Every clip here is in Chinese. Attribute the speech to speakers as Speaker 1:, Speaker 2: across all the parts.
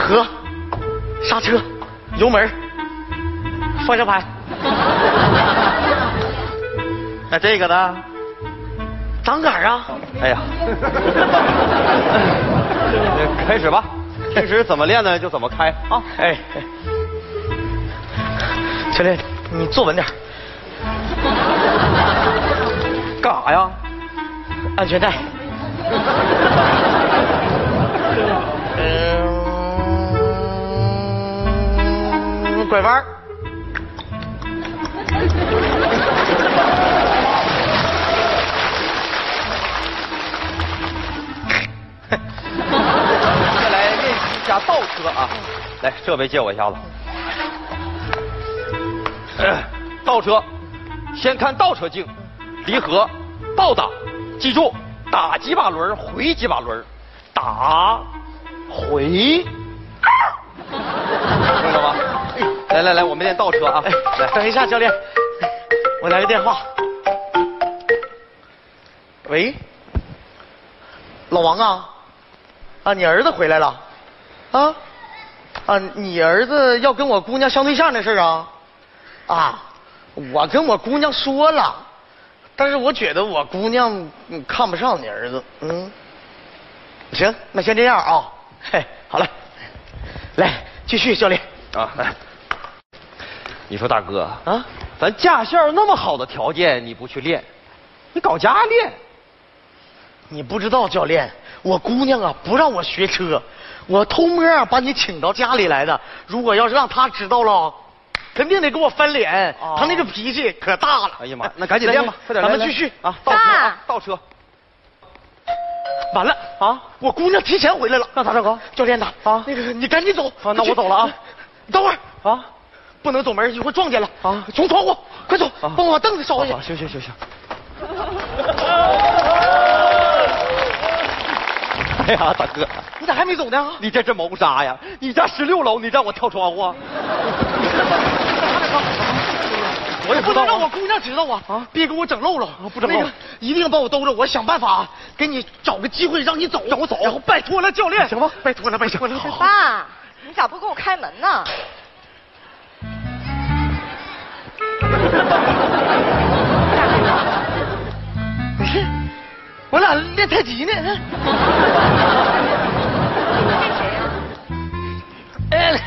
Speaker 1: 合、刹车、油门、方向盘。 那这个呢？挡杆啊！
Speaker 2: 哎呀， 开始吧，平时怎么练呢就怎么开啊。
Speaker 1: 哎，陈烈，你坐稳点儿，
Speaker 2: 干啥呀？
Speaker 1: 安全带。嗯，拐弯儿。
Speaker 2: 再来练习一下倒车啊！来，这位借我一下子。 呃倒车，先看倒车镜，离合，倒打，记住，打几把轮儿回几把轮儿，打，回，听着吗？ 来来来，我们练倒车啊！来，
Speaker 1: 哎等一下，教练，我来个电话。喂，老王啊，啊，你儿子回来了，啊，啊，你儿子要跟我姑娘相对象的事儿啊，啊，我跟我姑娘说了，但是我觉得我姑娘嗯看不上你儿子，嗯，行，那先这样啊，嘿，好嘞，来，继续，教练，
Speaker 2: 啊，来，你说大哥
Speaker 1: 啊
Speaker 2: 咱驾校那么好的条件，你不去练，你搞家练，
Speaker 1: 你不知道，教练，我姑娘啊不让我学车，我偷摸啊把你请到家里来的。如果要是让她知道了，肯定得给我翻脸。
Speaker 2: 哦
Speaker 1: 她那个脾气可大了。
Speaker 2: 哎呀妈，那赶紧练吧，快点，
Speaker 1: 咱们
Speaker 2: 来
Speaker 1: 继续
Speaker 2: 来
Speaker 1: 啊
Speaker 2: 啊！！倒车啊
Speaker 3: 爸，
Speaker 2: 倒车，
Speaker 1: 完了啊，我姑娘提前回来了，那咋整？教练呐，
Speaker 2: 啊
Speaker 1: 那个你赶紧走。
Speaker 2: 啊那我
Speaker 1: 快去
Speaker 2: 走了啊。
Speaker 1: 等会儿
Speaker 2: 啊，
Speaker 1: 不能走门，一会儿撞见了
Speaker 2: 啊
Speaker 1: 从窗户，快走，
Speaker 2: 啊
Speaker 1: 帮我把凳子捎一下
Speaker 2: 好，。行行行行。 哎呀，大哥，
Speaker 1: 你咋还没走呢？啊
Speaker 2: 你这是谋杀呀！你家十六楼，你让我跳窗户啊？我也
Speaker 1: 不
Speaker 2: 不知
Speaker 1: 能
Speaker 2: 道
Speaker 1: 让我
Speaker 2: 啊。
Speaker 1: 姑娘知道啊！
Speaker 2: 啊
Speaker 1: 别给我整漏了，
Speaker 2: 不整漏
Speaker 1: 那个一定帮我兜着，我想办法啊给你找个机会让你走，让我走，然后拜托了，教练，行吗？拜托了，拜托了，好。
Speaker 3: 爸，你咋不给我开门呢？
Speaker 1: 我俩练太极呢。哎，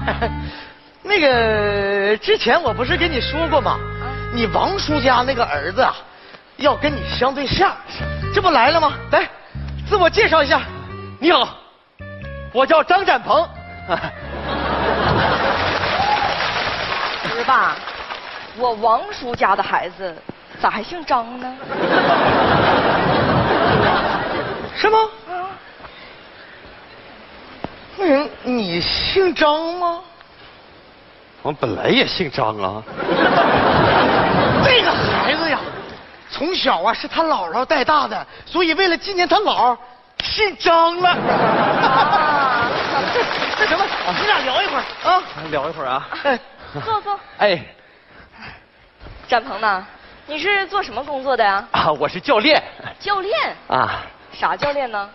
Speaker 1: 那个，那个，之前我不是跟你说过吗？你王叔家那个儿子啊，要跟你相对象，这不来了吗？来，自我介绍一下。
Speaker 2: 你好，我叫张展鹏。
Speaker 3: 不是爸，我王叔家的孩子咋还姓张呢？
Speaker 1: 是吗？那人，你姓张吗？
Speaker 2: 我本来也姓张啊。
Speaker 1: 这个孩子呀，从小啊是他姥姥带大的，所以为了纪念他姥儿，姓张了。 那什么，你俩聊一会儿啊。
Speaker 2: 聊一会儿啊。
Speaker 1: 哎，
Speaker 3: 坐坐，
Speaker 2: 哎，
Speaker 3: 展鹏呢？你是做什么工作的呀？
Speaker 2: 啊，我是教练
Speaker 3: 哎教练？
Speaker 2: 啊，
Speaker 3: 啥教练呢？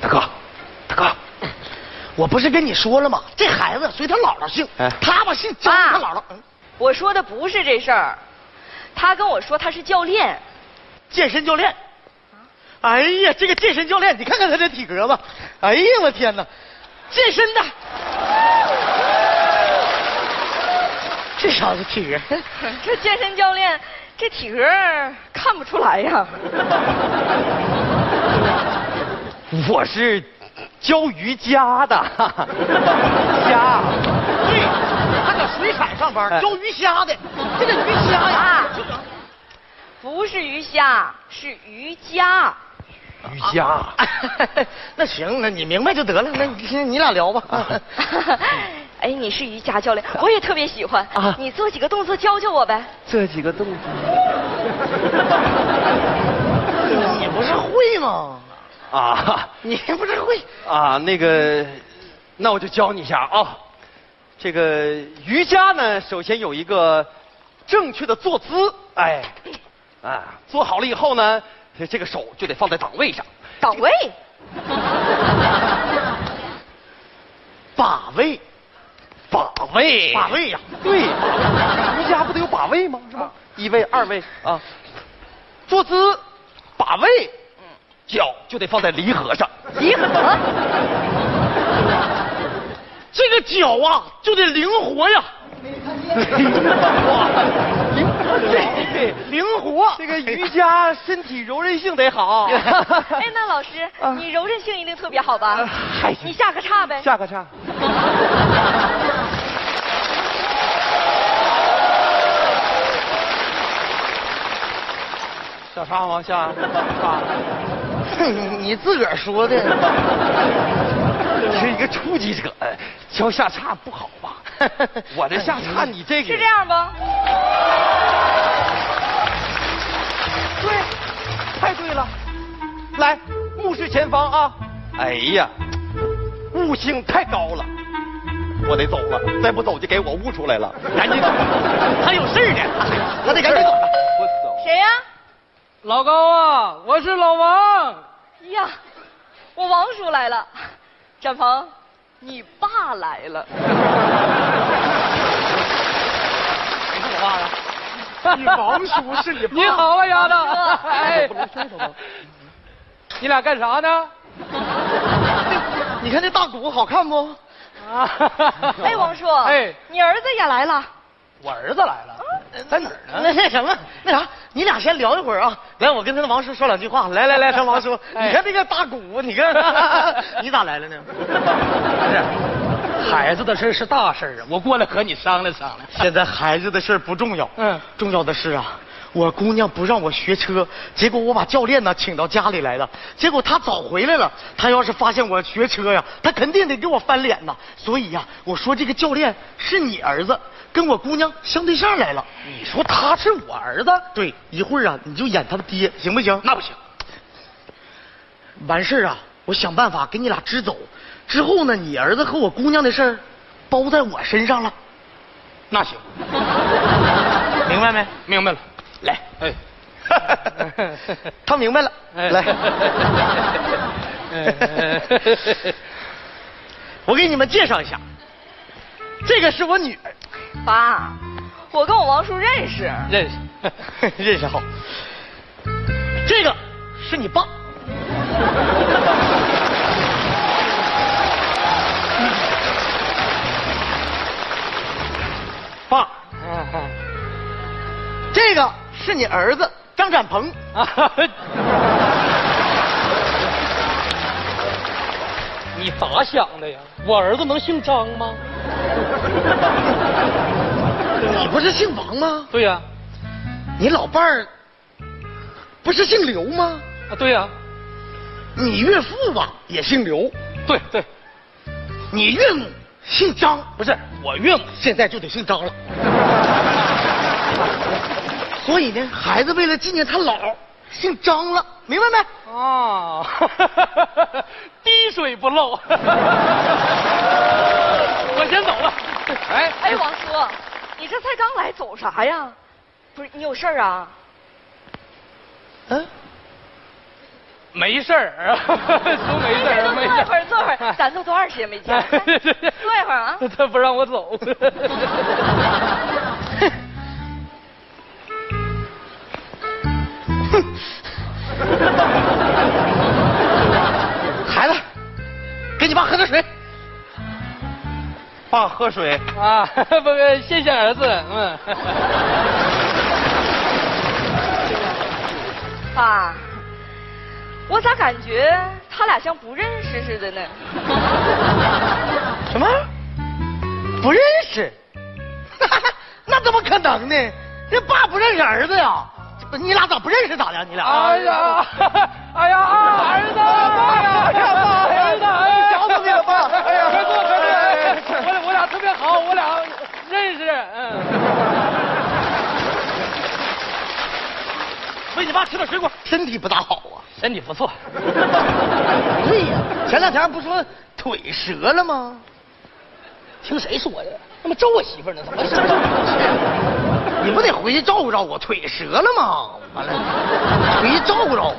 Speaker 2: 大哥，大哥，
Speaker 1: 我不是跟你说了吗？这孩子随他姥姥姓，
Speaker 2: 哎
Speaker 1: 他吧姓张，
Speaker 3: 爸
Speaker 1: 他姥姥。嗯
Speaker 3: 我说的不是这事儿，他跟我说他是教练。
Speaker 1: 健身教练。哎呀，这个健身教练，你看看他这体格子，哎呀，我天哪，健身的， 这小子体格，
Speaker 3: 这健身教练这体格儿看不出来呀。
Speaker 2: 我是教瑜伽 的，哈哈伽。
Speaker 1: 对，他搁水产上班，
Speaker 2: 哎
Speaker 1: 教鱼虾的，这个鱼虾呀，
Speaker 3: 不是鱼虾，是瑜伽。
Speaker 2: 瑜伽，
Speaker 1: 那行，那你明白就得了，那你你俩聊吧。
Speaker 3: 哎，你是瑜伽教练，我也特别喜欢。
Speaker 1: 啊
Speaker 3: 你做几个动作教教我 呗。
Speaker 2: 这几个动作，
Speaker 1: 你不是会吗？
Speaker 2: 啊
Speaker 1: 你不是会？
Speaker 2: 啊，那个，那我就教你一下啊。这个瑜伽呢，首先有一个正确的坐姿，哎， 啊，坐好了以后呢，这个手就得放在档位上，
Speaker 3: 岗位，
Speaker 1: 把位，
Speaker 2: 把位，
Speaker 1: 把位呀、
Speaker 2: 对，儒家不得有把位吗？
Speaker 1: 啊
Speaker 2: 是吧？一位、二位啊，坐姿把位，
Speaker 1: 嗯
Speaker 2: 脚就得放在离合上，
Speaker 3: 离合
Speaker 2: 这个脚啊就得灵 活呀，灵活，灵活，对，
Speaker 1: 灵活。这个瑜伽身体柔韧性得 好。
Speaker 3: 哎，那老师，
Speaker 1: 啊
Speaker 3: 你柔韧性一定特别好吧？
Speaker 2: 嗨
Speaker 3: 你下个叉呗。
Speaker 1: 下个叉，
Speaker 2: 小叉往 下 叉，
Speaker 1: 你自个儿说的。
Speaker 2: 是一个初级者，哎教下叉不好吧？ 我这下叉，你这个
Speaker 3: 是这样不？
Speaker 2: 对，太对了。来，目视前方啊！哎呀，悟性太高了，我得走了，再不走就给我悟出来了，赶紧走，还有事儿呢，我得赶紧走了。我走。
Speaker 3: 谁呀、
Speaker 4: 老高啊，我是老王。
Speaker 3: 哎呀，我王叔来了，展鹏，你爸来了。
Speaker 4: 你
Speaker 1: 啊
Speaker 4: 王叔是你你好啊，丫头。哎，你俩干啥呢？
Speaker 1: 你看这大鼓好看 不？
Speaker 4: 啊
Speaker 3: 哎，王叔，
Speaker 4: 哎，
Speaker 3: 你儿子也来了。
Speaker 4: 我儿子来了，在哪儿呢？
Speaker 1: 那那什么，那啥，你俩先聊一会儿啊。来，我跟他的王叔说两句话。来来来，上王叔，
Speaker 4: 哎
Speaker 1: 你看这个大鼓，你看， 你咋来了 呢？
Speaker 4: 孩子的事是大事 啊，我过来和你商量商量。
Speaker 1: 现在孩子的事儿不重要，
Speaker 4: 嗯
Speaker 1: 重要的是啊，我姑娘不让我学车，结果我把教练呢请到家里来了，结果她早回来了，她要是发现我学车呀，她肯定得给我翻脸呐。所以呀、我说这个教练是你儿子，跟我姑娘相对象来了。
Speaker 4: 你说他是我儿子，
Speaker 1: 对，一会儿啊你就演他爹，行不行？
Speaker 4: 那不行。
Speaker 1: 完事儿啊，我想办法给你俩支走，之后呢，你儿子和我姑娘的事儿包在我身上了，
Speaker 4: 那行，
Speaker 1: 明白没？
Speaker 4: 明白了。
Speaker 1: 来，
Speaker 4: 哎，
Speaker 1: 他明白了，
Speaker 4: 哎
Speaker 1: 来
Speaker 4: 哎，
Speaker 1: 我给你们介绍一下，这个是我女儿，
Speaker 3: 爸，我跟我王叔认识。
Speaker 4: 认识。
Speaker 1: 认识好，这个是你 爸，
Speaker 2: 爸，
Speaker 1: 这个是你儿子张展鹏，
Speaker 4: 你咋想的呀？我儿子能姓张吗？
Speaker 1: 你不是姓王吗？
Speaker 4: 对呀、
Speaker 1: 你老伴儿不是姓刘吗？
Speaker 4: 啊，对呀、
Speaker 1: 你岳父吧也姓刘，
Speaker 4: 对对，
Speaker 1: 你岳母姓张，
Speaker 4: 不是我岳母，
Speaker 1: 现在就得姓张了。所以呢，孩子为了纪念他老，姓张了，明白没？
Speaker 3: 哦
Speaker 4: 啊， 滴水不漏。 我先走了。哎
Speaker 3: 哎，王叔，你这才刚来，走啥呀？不是你有事儿啊？
Speaker 1: 嗯、
Speaker 4: 没事儿，啊都没事儿，没
Speaker 3: 哎坐一
Speaker 4: 事儿。哎
Speaker 3: 会儿，坐一会儿，咱都多长时间没见 了？哎 坐一会儿啊。
Speaker 4: 他不让我走。
Speaker 1: 孩子，给你爸喝点水。
Speaker 2: 爸喝水。
Speaker 4: 啊，不不，谢谢儿子，嗯。
Speaker 3: 爸，啊我咋感觉他俩像不认识似的呢？
Speaker 1: 什么？不认识？ 那怎么可能呢？这爸不认识儿子呀？不你俩咋不认识咋的呀？你俩？
Speaker 4: 哎呀，哎呀，啊儿子，爸呀，
Speaker 1: 哎呀爸哎呀
Speaker 4: 儿子，
Speaker 1: 哎想死你了爸
Speaker 4: 哎呀，快坐，快坐，
Speaker 1: 哎
Speaker 4: 哎我俩我俩特别好，我俩认识，嗯。
Speaker 1: 喂，你爸吃点水果，身体不大好啊。
Speaker 4: 身体不 错，
Speaker 1: 对呀、前两天不说腿折了吗？
Speaker 4: 听谁说的？那么咒我媳妇呢？怎么是？
Speaker 1: 你不得回去照顾照顾我，腿折了吗？完了，回去照顾照顾。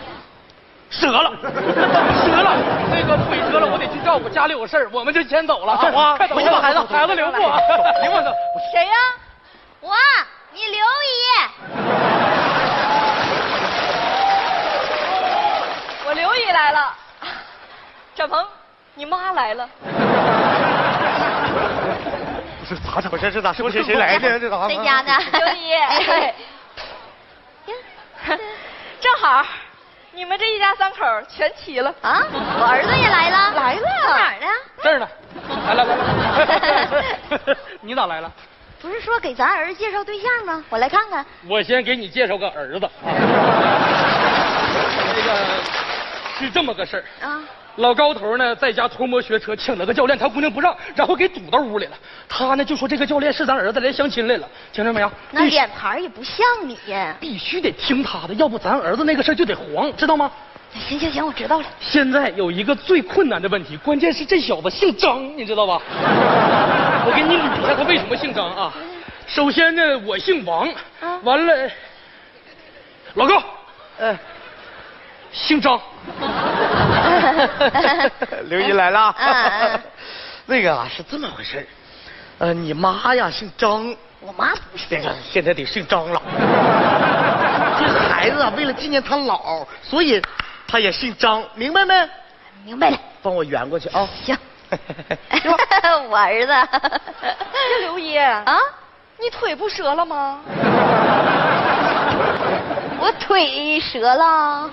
Speaker 4: 折了， 折了，那个腿折了，我得去照顾，家里有事儿，我们就先走了。
Speaker 1: 走啊
Speaker 4: 快走
Speaker 1: 回去吧孩
Speaker 4: 孩子
Speaker 1: 子，
Speaker 4: 孩子留步啊，留我走。
Speaker 5: 谁呀、我，你刘姨。
Speaker 3: 我刘姨来了，展鹏，你妈来了。
Speaker 2: 不是咋整？
Speaker 1: 不是这咋说 谁谁来的？这咋？
Speaker 5: 在家呢。
Speaker 3: 刘姨，哎
Speaker 5: 哎，
Speaker 3: 正好，你们这一家三口全齐了。
Speaker 5: 啊，我儿子也来了。
Speaker 3: 来了
Speaker 5: 他哪儿呢？
Speaker 4: 这儿呢，来来来来，你咋来了？
Speaker 5: 不是说给咱儿子介绍对象吗？我来看看。
Speaker 4: 我先给你介绍个儿子啊，那个是这么个事儿。
Speaker 5: 啊，
Speaker 4: 老高头呢，在家偷摸学车，请了个教练，他姑娘不让，然后给堵到屋里了。他呢就说这个教练是咱儿子来相亲来了，听着没有？
Speaker 5: 那
Speaker 4: 必须
Speaker 5: 脸盘儿也不像你呀。
Speaker 4: 必须得听他的，要不咱儿子那个事儿就得黄，知道吗？
Speaker 5: 行行行，我知道了。
Speaker 4: 现在有一个最困难的问题，关键是这小子姓张，你知道 吧？我给你捋一下他为什么姓张啊。首先呢，我姓王，
Speaker 1: 啊
Speaker 4: 完了，老高，
Speaker 1: 哎，
Speaker 4: 姓张，
Speaker 1: 刘姨来了
Speaker 5: 嗯嗯
Speaker 1: 啊。那个啊是这么回事儿呃，你妈呀姓张，
Speaker 5: 我妈不是
Speaker 4: 哎
Speaker 1: 那个现在得姓张 了。这孩子啊，为了纪念他姥，所以他也姓张，明白没？
Speaker 5: 明白了。
Speaker 1: 帮我圆过去啊。
Speaker 5: 行
Speaker 1: 是吧
Speaker 5: 我儿 子。
Speaker 3: 这刘姨，
Speaker 5: 啊，
Speaker 3: 你腿不折了吗？
Speaker 5: 我腿折了。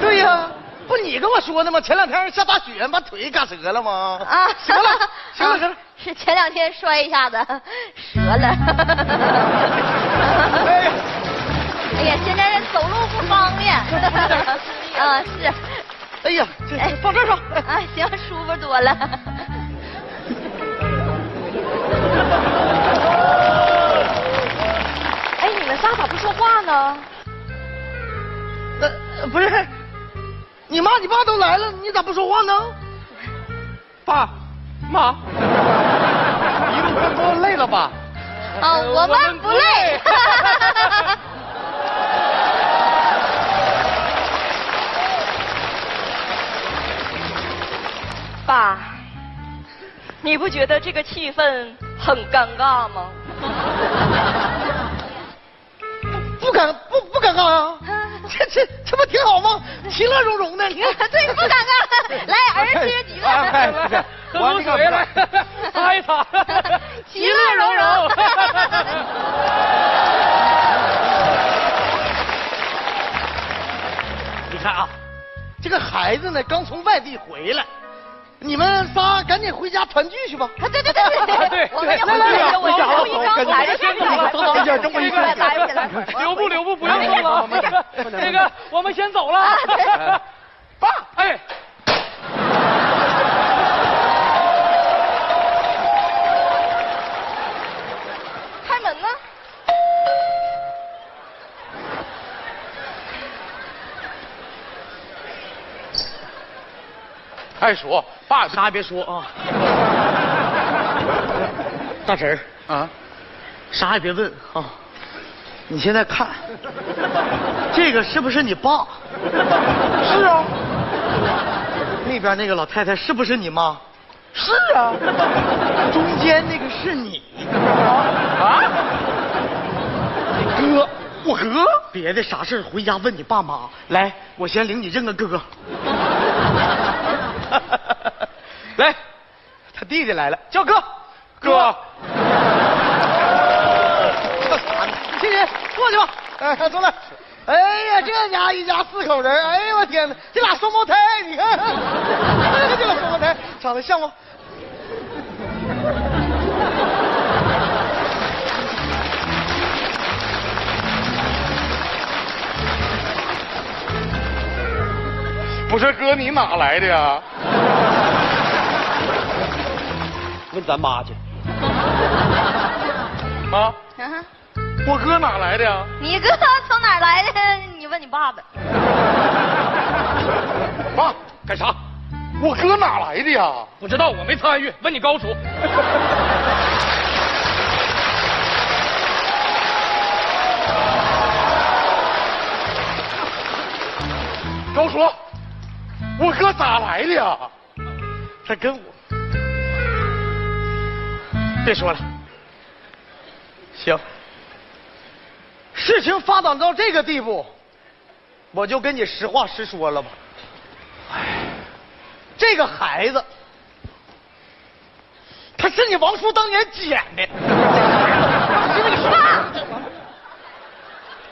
Speaker 1: 对呀、不你跟我说的吗？前两天下大雪，把腿嘎折了吗？
Speaker 5: 啊，
Speaker 1: 行 了，行了，
Speaker 5: 啊
Speaker 1: 行了。
Speaker 5: 是前两天摔一下子，折了。
Speaker 1: 哎呀，
Speaker 5: 哎呀，现在走路不方便。啊，是。
Speaker 1: 哎呀，这
Speaker 5: 哎，
Speaker 1: 放这儿吧。
Speaker 5: 啊，行，舒服多了。
Speaker 3: 哎，你们仨咋不说话呢？
Speaker 1: 那、呃不是，你妈你爸都来了，你咋不说话呢？
Speaker 4: 爸 妈，
Speaker 1: 一路奔波累了吧？
Speaker 5: 啊，我们不累。
Speaker 3: 爸，你不觉得这个气氛很尴尬吗？
Speaker 1: 不尴不不尴尬啊？这这这不挺好吗？其乐融融的，你看
Speaker 5: 嗯 对，不尴 尬。来，儿子
Speaker 4: 啊
Speaker 5: 几
Speaker 1: 哎
Speaker 5: 个？
Speaker 1: 不是
Speaker 4: 喝口水来，擦一擦，
Speaker 5: 其乐融融。
Speaker 1: 你看啊，这个孩子呢刚从外地回来，你们仨赶紧回家团聚去吧。
Speaker 5: 啊， 对对对对
Speaker 4: 对
Speaker 5: 我们也
Speaker 4: 来来
Speaker 5: 回去，
Speaker 4: 来
Speaker 5: 我们
Speaker 4: 回家了
Speaker 5: 我一刚来的时候
Speaker 1: 哎呀这么一说
Speaker 5: 来来来来，
Speaker 4: 留步留步，不用动了。 那个，我们先走 了。爸，哎，
Speaker 3: 开门呢？
Speaker 2: 爱说，爸
Speaker 1: 啥也别说啊， 大侄儿，
Speaker 2: 啊，
Speaker 1: 啥也别问啊。你现在 看，这个是不是你爸？是啊。那边那个老太太是不是你妈？是啊。中间那个是你。啊？你哥，我哥？别的啥事儿回家问你爸妈。来，我先领你认个哥。
Speaker 2: 来，
Speaker 1: 他弟弟来了，
Speaker 2: 叫哥，
Speaker 1: 哥 干啥呢？谢谢，过去吧。哎，坐那。哎呀，这家一家四口人，哎呀，我天哪，这俩双胞胎，你看， 哎这俩双胞胎长得像吗？
Speaker 2: 不是哥，你哪来的呀？
Speaker 1: 问咱妈去。
Speaker 2: 妈，
Speaker 5: 啊
Speaker 2: 我哥哪来的呀？
Speaker 5: 你哥从哪儿来的？你问你爸爸。
Speaker 2: 妈，
Speaker 4: 干啥？
Speaker 2: 我哥哪来的呀？
Speaker 4: 不知道，我没参与。问你高叔。
Speaker 5: 哥咋来的呀？
Speaker 1: 他跟我，别说了，行，事情发展到这个地步，我就跟你实话实说了吧。哎这个孩子，他是你王叔当年捡的。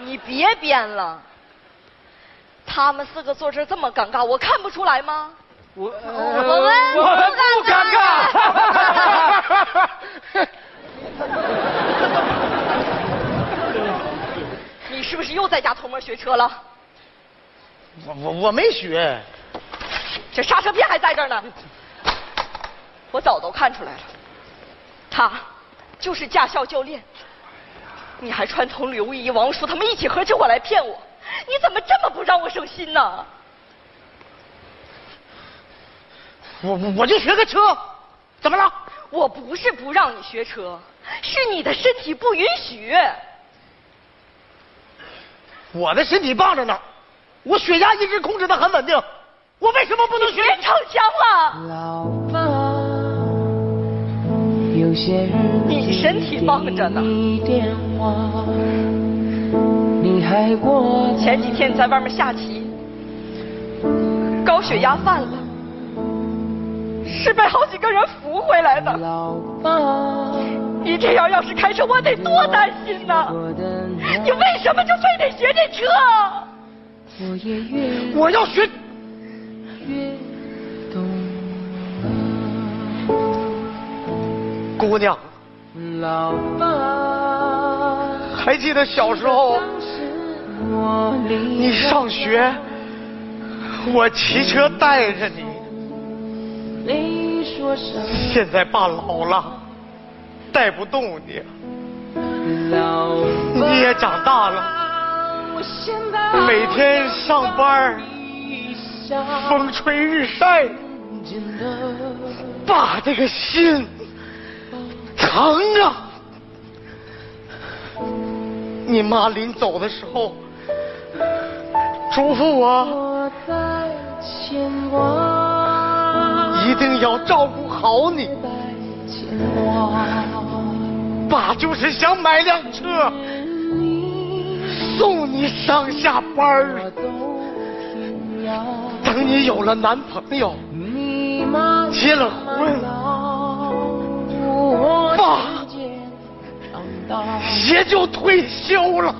Speaker 3: 你别编了，他们四个坐这儿这么尴尬，我看不出来吗？
Speaker 5: 我
Speaker 4: 呃
Speaker 6: 我们
Speaker 5: 我们
Speaker 6: 不
Speaker 5: 不尴
Speaker 6: 尴
Speaker 5: 尬。
Speaker 3: 你是不是又在家偷摸学车了？
Speaker 1: 我我我没学，
Speaker 3: 这刹车片还在这儿呢，我早都看出来了，他就是驾校教练。你还串通刘姨、王叔他们一起合起伙来骗我，你怎么这么不让我省心呢？
Speaker 1: 我我我就学个车，怎么了？
Speaker 3: 我不是不让你学车，是你的身体不允许。
Speaker 1: 我的身体棒着呢，我血压一直控制的很稳定，我为什么不能学？
Speaker 3: 别逞强了，
Speaker 4: 老爸，有些日子
Speaker 3: 你身体棒着呢
Speaker 4: 给你电话，你还过得
Speaker 3: 前几天你在外面下棋，高血压犯了，是被好几个人扶回来的。
Speaker 4: 老爸，
Speaker 3: 你这样要是开车，我得多担心呐！
Speaker 4: 我的
Speaker 3: 你为什么就非得学这车啊？
Speaker 4: 我也越
Speaker 1: 我要学，
Speaker 4: 越懂了。
Speaker 1: 姑娘，
Speaker 4: 老爸，
Speaker 1: 还记得小时候
Speaker 4: 当时我离
Speaker 1: 你上学，我骑车带着你。
Speaker 4: 你说声
Speaker 1: 现在爸老了，带不动你，
Speaker 4: 老爸，
Speaker 1: 你也长大了，
Speaker 4: 我现在
Speaker 1: 每天上班
Speaker 4: 一笑
Speaker 1: 风吹日晒，
Speaker 4: 进了
Speaker 1: 爸这个心疼啊！你妈临走的时候嘱咐我
Speaker 4: 我在牵挂，
Speaker 1: 一定要照顾好你，
Speaker 4: 在牵挂，
Speaker 1: 爸就是想买辆车
Speaker 4: 你
Speaker 1: 送你上下班儿
Speaker 4: 我都天涯，
Speaker 1: 等你有了男朋友，
Speaker 4: 你妈
Speaker 1: 结了
Speaker 4: 妈
Speaker 1: 婚。
Speaker 4: 老，我
Speaker 1: 爸
Speaker 4: 渐渐长大。
Speaker 1: 也就退休了。